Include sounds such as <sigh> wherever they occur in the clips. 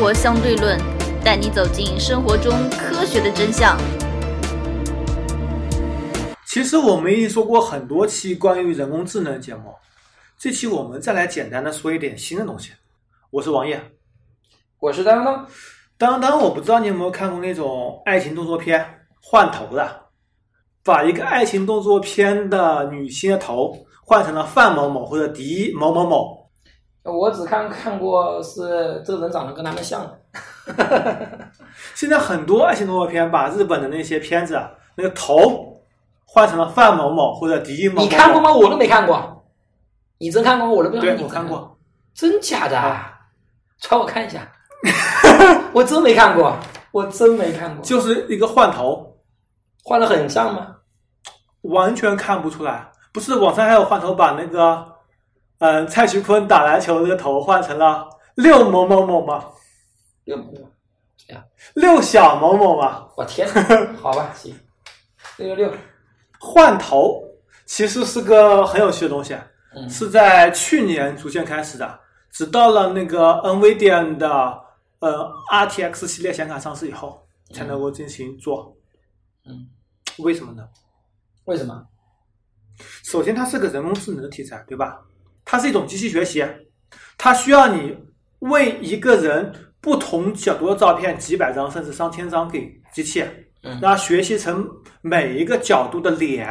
活相对论》，带你走进生活中科学的真相。其实我们已经说过很多期关于人工智能节目，这期我们再来简单的说一点新的东西。我是王烨，我是当当，当当，我不知道你有没有看过那种爱情动作片，换头的，把一个爱情动作片的女星的头换成了范某某或者狄某某某。我只看看过是这个人长得跟他们像的。现在很多爱情动作片把日本的那些片子啊，那个头换成了范某某或者狄某某。你看过吗？我都没看过。你真看过吗？我都不知道对，你我真看看过。。真假的啊？传我看一下。 <laughs> 我真没看过，我真没看过。就是一个换头，画的很像吗？完全看不出来。不是网上还有换头把那个，嗯、蔡徐坤打篮球那个头换成了六某某某吗？又不六小某某吗？我 <laughs> 天哪！好吧，行，六六六，换头其实是个很有趣的东西，啊嗯，是在去年逐渐开始的，直到了那个 NVIDIA 的呃 RTX 系列显卡上市以后，才能够进行做。嗯，为什么呢？为什么？首先，它是个人工智能的题材，对吧？它是一种机器学习，啊它需要你为一个人不同角度的照片几百张甚至上千张给机器，嗯让它学习成每一个角度的脸，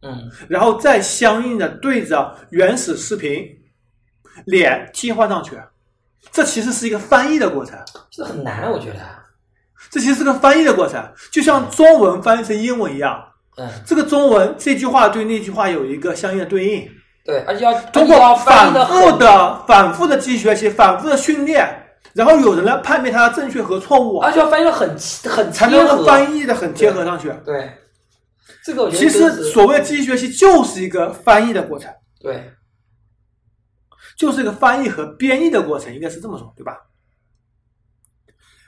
嗯然后再相应的对着原始视频脸替换上去。这其实是一个翻译的过程，这很难，我觉得。这其实是个翻译的过程，就像中文翻译成英文一样，嗯，这个中文这句话对那句话有一个相应的对应。对，而且要通而且过要翻反译的复很的、反复的继续学习、反复的训练，然后有人来判别它的正确和错误，而且要翻译的很契很才贴能够合。翻译的很贴合上去。对，这个我觉得其实真是所谓的机器学习就是一个翻译的过程，对，就是一个翻译和编译的过程，应该是这么说，对吧？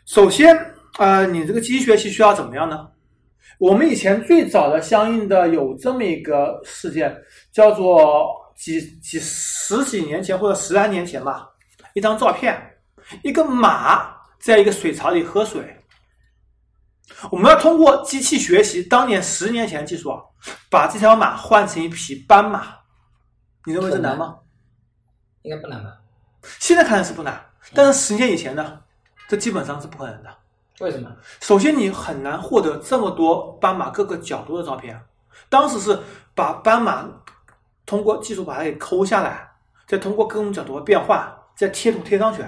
首先，呃，你这个机器学习需要怎么样呢？我们以前最早的相应的有这么一个事件，叫做几几十几年前或者十来年前吧，一张照片，一个马在一个水槽里喝水。我们要通过机器学习当年十年前的技术，啊，把这条马换成一匹斑马，你认为这难吗？应该不难吧？现在看来是不难，但是十年以前呢，这基本上是不可能的。为什么？首先，你很难获得这么多斑马各个角度的照片。当时是把斑马通过技术把它给抠下来，再通过各种角度的变换，再贴图贴上去。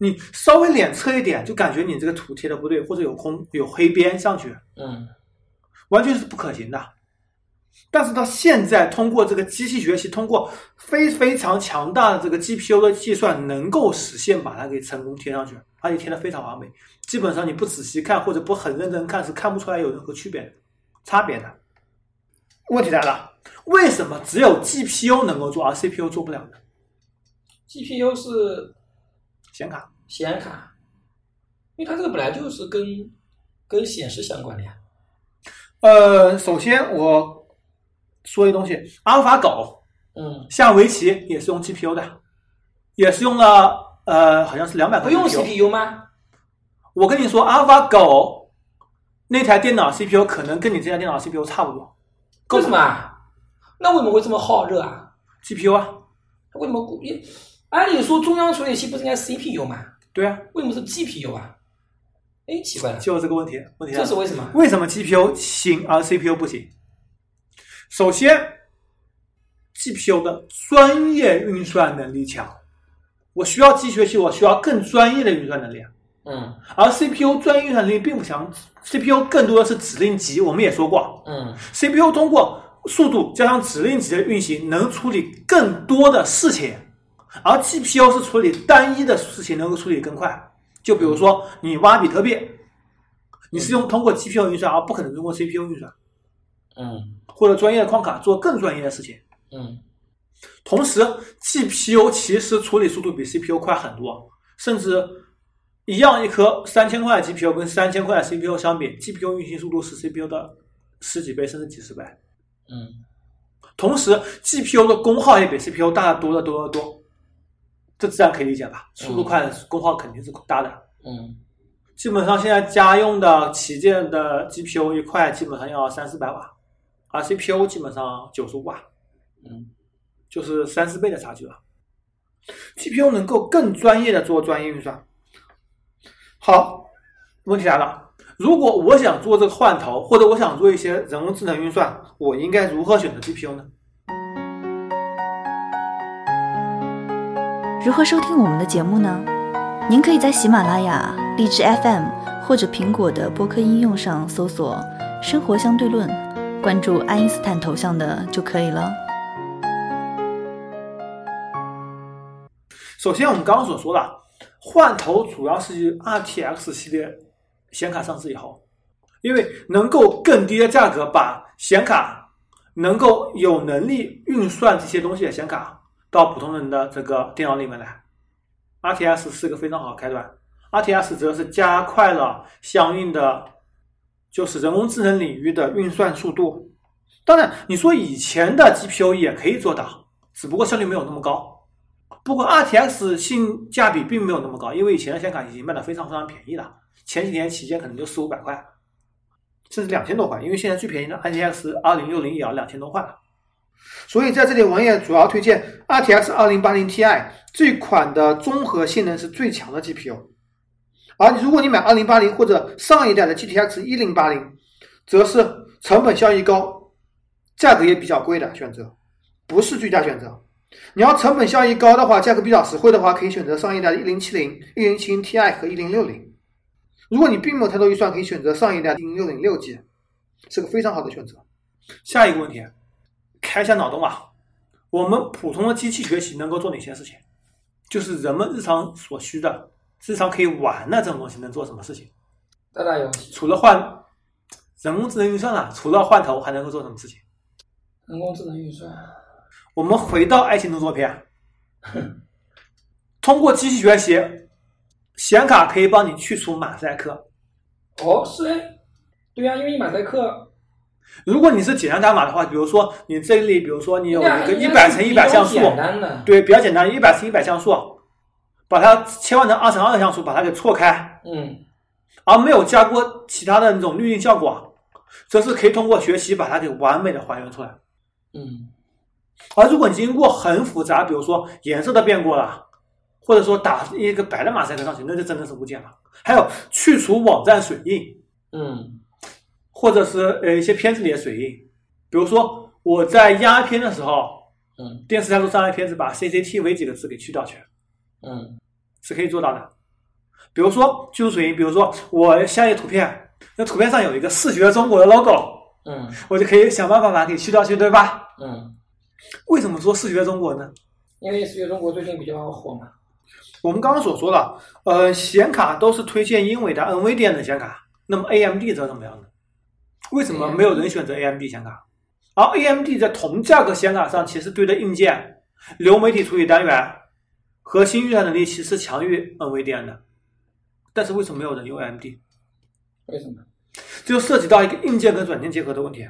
你稍微脸侧一点，就感觉你这个图贴的不对，或者有空有黑边上去，嗯完全是不可行的。但是到现在，通过这个机器学习，通过非非常强大的这个 GPU 的计算，能够实现把它给成功贴上去，而且贴的非常完美。基本上你不仔细看或者不很认真看是看不出来有任何区别的差别的。问题来了，为什么只有 GPU 能够做，而 CPU 做不了呢？ ，GPU 是显卡显卡，因为它这个本来就是跟跟显示相关的呀。呃，首先我说一东西，阿尔法狗嗯，下围棋也是用 GPU 的，也是用了呃，好像是两百不块用 GPU CPU 吗？我跟你说，AlphaGo 那台电脑 CPU 可能跟你这台电脑 CPU 差不多为什么啊？那为什么会这么好热啊？ ，GPU 啊，为什么故意？按理说中央处理器不是应该 CPU 吗？对啊，为什么是 GPU 啊？哎，奇怪了，就是这个问题。问题来这了是为什么？为什么 GPU 行而 CPU 不行？首先，GPU 的专业运算能力强，我需要机学习，我需要更专业的运算能力，啊嗯而 CPU 专业运算能力并不强，CPU 更多的是指令集，我们也说过，啊嗯 CPU 通过速度加上指令集的运行，能处理更多的事情，而 GPU 是处理单一的事情能够处理更快。就比如说你挖比特币，你是用通过 GPU 运算，而不可能通过 CPU 运算嗯或者专业的框卡做更专业的事情。嗯同时，GPU 其实处理速度比 CPU 快很多，甚至一样一颗三千块的 GPU 跟三千块的 CPU 相比，GPU 运行速度是 CPU 的十几倍甚至几十倍。嗯，同时，GPU 的功耗也比 CPU 大得多得多得多。这自然可以理解吧？速度快，功耗肯定是大的。嗯，基本上现在家用的旗舰的 GPU 一块基本上要三四百瓦，而 CPU 基本上九十五瓦，嗯，就是三四倍的差距了。GPU 能够更专业的做专业运算。好，问题来了，如果我想做这个换头，或者我想做一些人工智能运算，我应该如何选择 GPU 呢？如何收听我们的节目呢？您可以在喜马拉雅、荔枝 FM 或者苹果的播客应用上搜索“生活相对论”，关注爱因斯坦头像的就可以了。首先，我们刚刚所说的换头主要是于 RTX 系列显卡上市以后，因为能够更低的价格把显卡能够有能力运算这些东西的显卡到普通人的这个电脑里面来，RTX 是个非常好的开端。RTX 则是加快了相应的就是人工智能领域的运算速度。当然，你说以前的 GPU 也可以做到，只不过效率没有那么高。不过 RTX 性价比并没有那么高，因为以前的显卡已经卖的非常非常便宜了，前几年旗舰可能就四五百块，甚至两千多块，因为现在最便宜的 RTX 二零六零也要两千多块了。所以在这里，我也主要推荐 RTX 二零八零 Ti 这款的综合性能是最强的 GPU。而如果你买二零八零或者上一代的 GTX 一零八零，则是成本效益高，价格也比较贵的选择，不是最佳选择。你要成本效益高的话，价格比较实惠的话，可以选择上一代的1070、1070 Ti 和1060。如果你并没有太多预算，可以选择上一代1060 6G，是个非常好的选择。下一个问题，开一下脑洞啊，我们普通的机器学习能够做哪些事情？就是人们日常所需的、日常可以玩的这种东西能做什么事情？打打游戏，除了换人工智能运算啊，除了换头还能够做什么事情？人工智能运算，我们回到爱情动作片，通过机器学习，显卡可以帮你去除马赛克。哦，是哎，对呀、因为马赛克，如果你是简单代码的话，比如说你这里，比如说你有那一个应一该百是乘一比百较像素，简单的，对，比较简单，一百乘一百像素，把它切换成二乘二像素，把它给错开，嗯，而没有加过其他的那种滤镜效果，这是可以通过学习把它给完美的还原出来。嗯，而如果你经过很复杂，比如说颜色的变过了，或者说打一个白的马赛克上去，那就真的是物件了。还有去除网站水印，嗯，或者是呃一些片子里的水印，比如说我在压片的时候，嗯，电视台做商业片子把 CCTV 几个字给去掉去，嗯，是可以做到的。比如说去除水印，比如说我下一个图片，那图片上有一个视觉中国的 logo，嗯，我就可以想办法把它给去掉去，对吧？嗯，为什么说视觉中国呢？因为视觉中国最近比较火嘛，我们刚刚所说的，呃，显卡都是推荐英伟达 NVIDIA 的显卡，那么 AMD 则怎么样呢？为什么没有人选择 AMD 显卡？而 AMD 在同价格显卡上，其实对的硬件、流媒体处理单元、核心运算能力其实强于 NVIDIA 的，但是为什么没有人用 AMD？为什么？这就涉及到一个硬件跟软件结合的问题。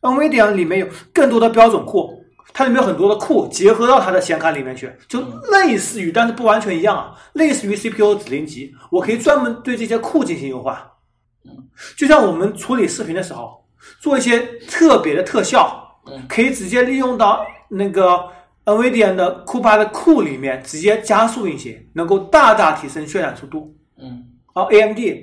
NVIDIA 里面有更多的标准库，它里面有很多的库结合到它的显卡里面去，就类似于，但是不完全一样啊，类似于 CPU 指令集，我可以专门对这些库进行优化。就像我们处理视频的时候，做一些特别的特效嗯，可以直接利用到那个 NVIDIA 的库巴的库里面，直接加速运行，能够大大提升渲染速度。嗯，而 AMD，因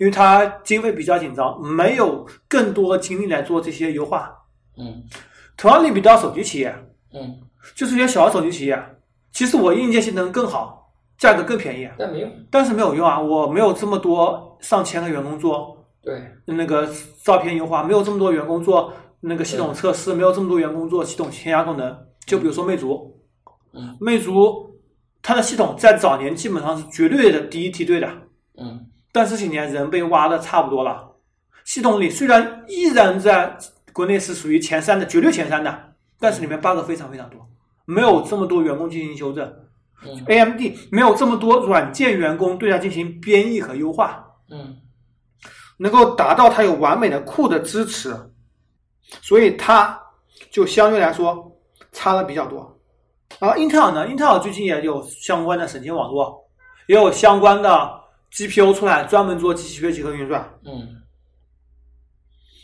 为它经费比较紧张，没有更多精力来做这些优化。嗯，同样类比到手机企业，嗯，就是一些小的手机企业，其实我硬件性能更好，价格更便宜，但没用，但是没有用啊，我没有这么多上千个员工做对，那个照片优化，没有这么多员工做那个系统测试，没有这么多员工做系统添加功能。就比如说魅族嗯，魅族它的系统在早年基本上是绝对的第一梯队的，嗯，但这几年人被挖的差不多了，系统里虽然依然在国内是属于前三的，绝对前三的，但是里面 bug 非常非常多，没有这么多员工进行修正嗯，AMD 没有这么多软件员工对它进行编译和优化，嗯，能够达到它有完美的库的支持，所以它就相对来说差的比较多。然后英特尔呢，英特尔最近也有相关的神经网络，也有相关的 GPU 出来，专门做机器学习和运算。嗯，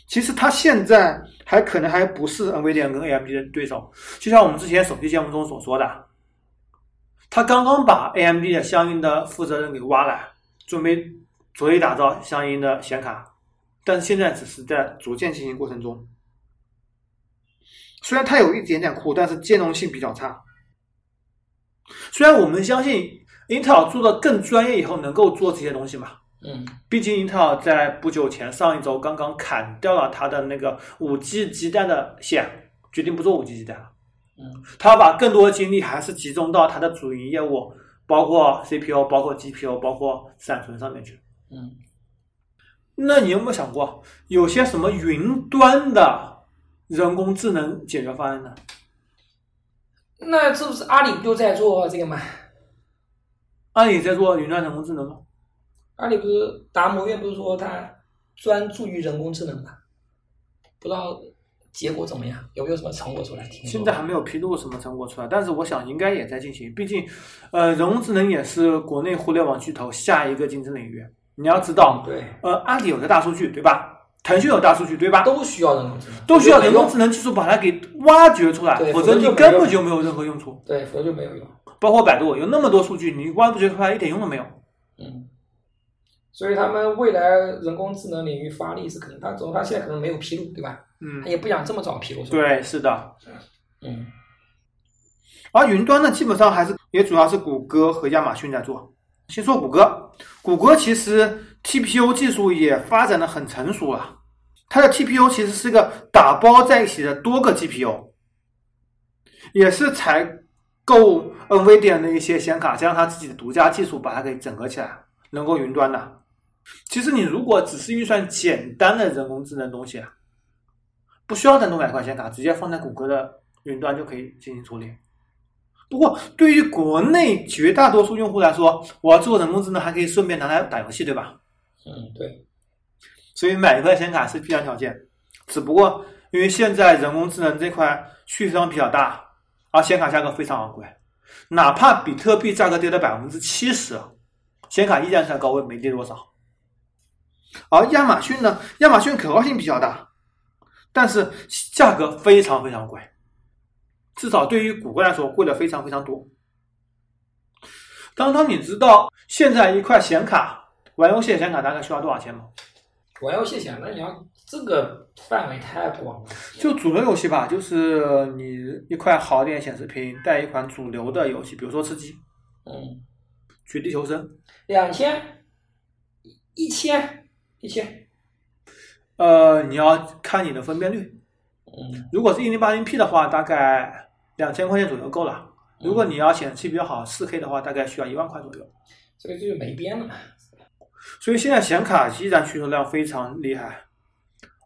其实它现在还可能还不是 NVIDIA 跟 AMD 的对手，就像我们之前手机节目中所说的，它刚刚把 AMD 的相应的负责人给挖来，准备着力打造相应的显卡，但是现在只是在逐渐进行过程中。虽然它有一点点酷，但是兼容性比较差。虽然我们相信英特尔做的更专业以后能够做这些东西嘛，嗯，毕竟英特尔在不久前上一周刚刚砍掉了它的那个五 G 基带的线，决定不做五 G 基带了。嗯，它把更多的精力还是集中到它的主营业务，包括 CPU、包括 GPU、包括闪存上面去。嗯，那你有没有想过，有些什么云端的人工智能解决方案呢？那是不是阿里就在做这个嘛？阿里在做云端人工智能吗？阿里不是达摩院不是说他专注于人工智能嘛？不知道结果怎么样，有没有什么成果出来？听说现在还没有披露什么成果出来，但是我想应该也在进行。毕竟，呃，人工智能也是国内互联网巨头下一个竞争领域。你要知道，对，呃，阿里有的大数据对吧？腾讯有大数据对吧？都需要人工智能，都需要人工用，智能技术把它给挖掘出来对，否则否则你就没根本用就没有任何用处。对，否则就没有用。包括百度有那么多数据，你挖掘出来一点用都没有。嗯，所以他们未来人工智能领域发力是可能，他总他现在可能没有披露，对吧？嗯他，也不想这么早披露，是吧，对，是的。嗯而云端呢，基本上还是也主要是谷歌和亚马逊在做。先说谷歌，谷歌其实 TPU 技术也发展的很成熟了，它的 TPU 其实是个打包在一起的多个 GPU，也是采购 NVIDIA 的一些显卡，加上它自己的独家技术，把它给整合起来，能够云端的。其实你如果只是预算简单的人工智能东西，啊不需要单独买块显卡，直接放在谷歌的云端就可以进行处理。不过，对于国内绝大多数用户来说，我要做人工智能还可以顺便拿来打游戏，对吧？嗯，对，所以买一块显卡是必然条件。只不过因为现在人工智能这块需求量比较大，而显卡价格非常昂贵，哪怕比特币价格跌了百分之七十，显卡依然在高位，没跌多少。而亚马逊呢，亚马逊可靠性比较大，但是价格非常非常贵，至少对于谷歌来说贵了非常非常多。当当你知道现在一块显卡玩游戏的显卡大概需要多少钱吗？玩游戏显然你要这个范围太广了，就主流游戏吧，就是你一块好点显示屏带一款主流的游戏，比如说吃鸡、嗯，绝地求生，两千，一千，一千，呃，你要看你的分辨率。嗯如果是一零八零 P 的话，大概两千块钱左右够了。如果你要显示器比较好，四 K 的话，大概需要一万块左右。这个就是没边了嘛，所以现在显卡依然需求量非常厉害，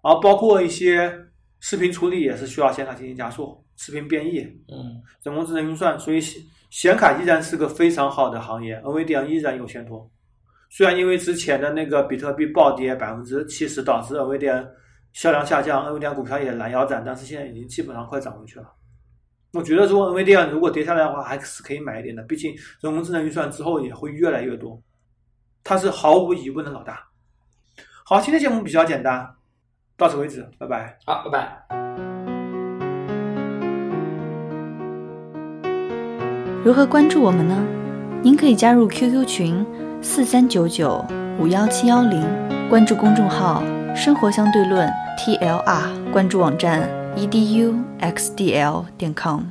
而包括一些视频处理也是需要显卡进行加速、视频编译、嗯人工智能运算，所以显显卡依然是个非常好的行业，NVIDIA 依然有前途。虽然因为之前的那个比特币暴跌百分之七十，导致 NVIDIA 销量下降，NVIDIA 股票也拦腰斩，但是现在已经基本上快涨回去了。我觉得，如果 NVIDIA 如果跌下来的话，还是可以买一点的，毕竟人工智能运算之后也会越来越多，它是毫无疑问的老大。好，今天节目比较简单，到此为止，拜拜。好，拜拜。如何关注我们呢？您可以加入 QQ 群四三九九五幺七幺零，关注公众号“生活相对论 ”TLR，关注网站 E eduxdl 点 com。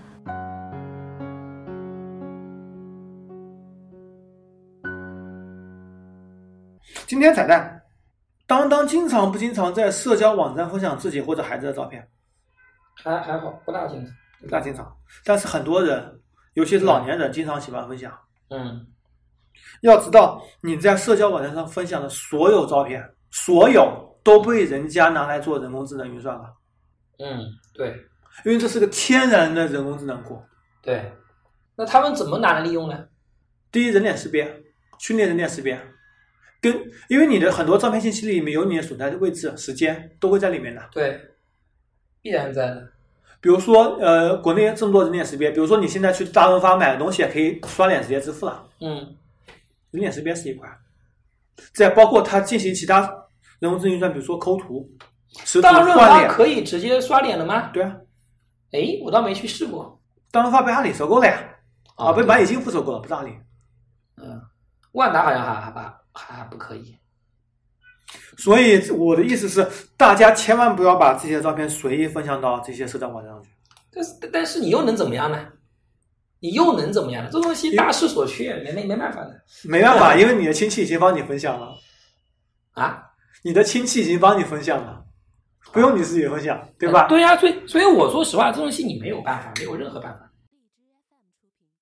今天彩蛋，当当经常不经常在社交网站分享自己或者孩子的照片？还还好，不大清楚。不大经常，但是很多人，尤其是老年人，经常喜欢分享。嗯，要知道，你在社交网站上分享的所有照片，所有都被人家拿来做人工智能运算了，嗯，对因为这是个天然的人工智能库。对。那他们怎么拿来利用呢？第一，人脸识别，训练人脸识别，跟因为你的很多照片信息里面有你的所在的位置、时间，都会在里面的。对，必然在的。比如说，呃，国内这么多人脸识别，比如说你现在去大润发买东西也可以刷脸直接支付了，嗯，人脸识别是一块。再包括它进行其他人工智能运算，比如说抠图、识图、大润换发脸，可以直接刷脸的吗？对啊，哎，我倒没去试过。大润发被阿里收购了呀，啊，被对蚂蚁金服收购了，不是阿里。嗯，万达好像还还还还不可以。所以我的意思是，大家千万不要把这些照片随意分享到这些社交网站上去。但是但是你又能怎么样呢？你又能怎么样呢？这东西大势所趋，没没没办法的没办法，因为你的亲戚已经帮你分享了，啊，你的亲戚已经帮你分享了，不用你自己分享，对吧？哎对呀、所以所以我说实话，这东西你没有办法，没有任何办法。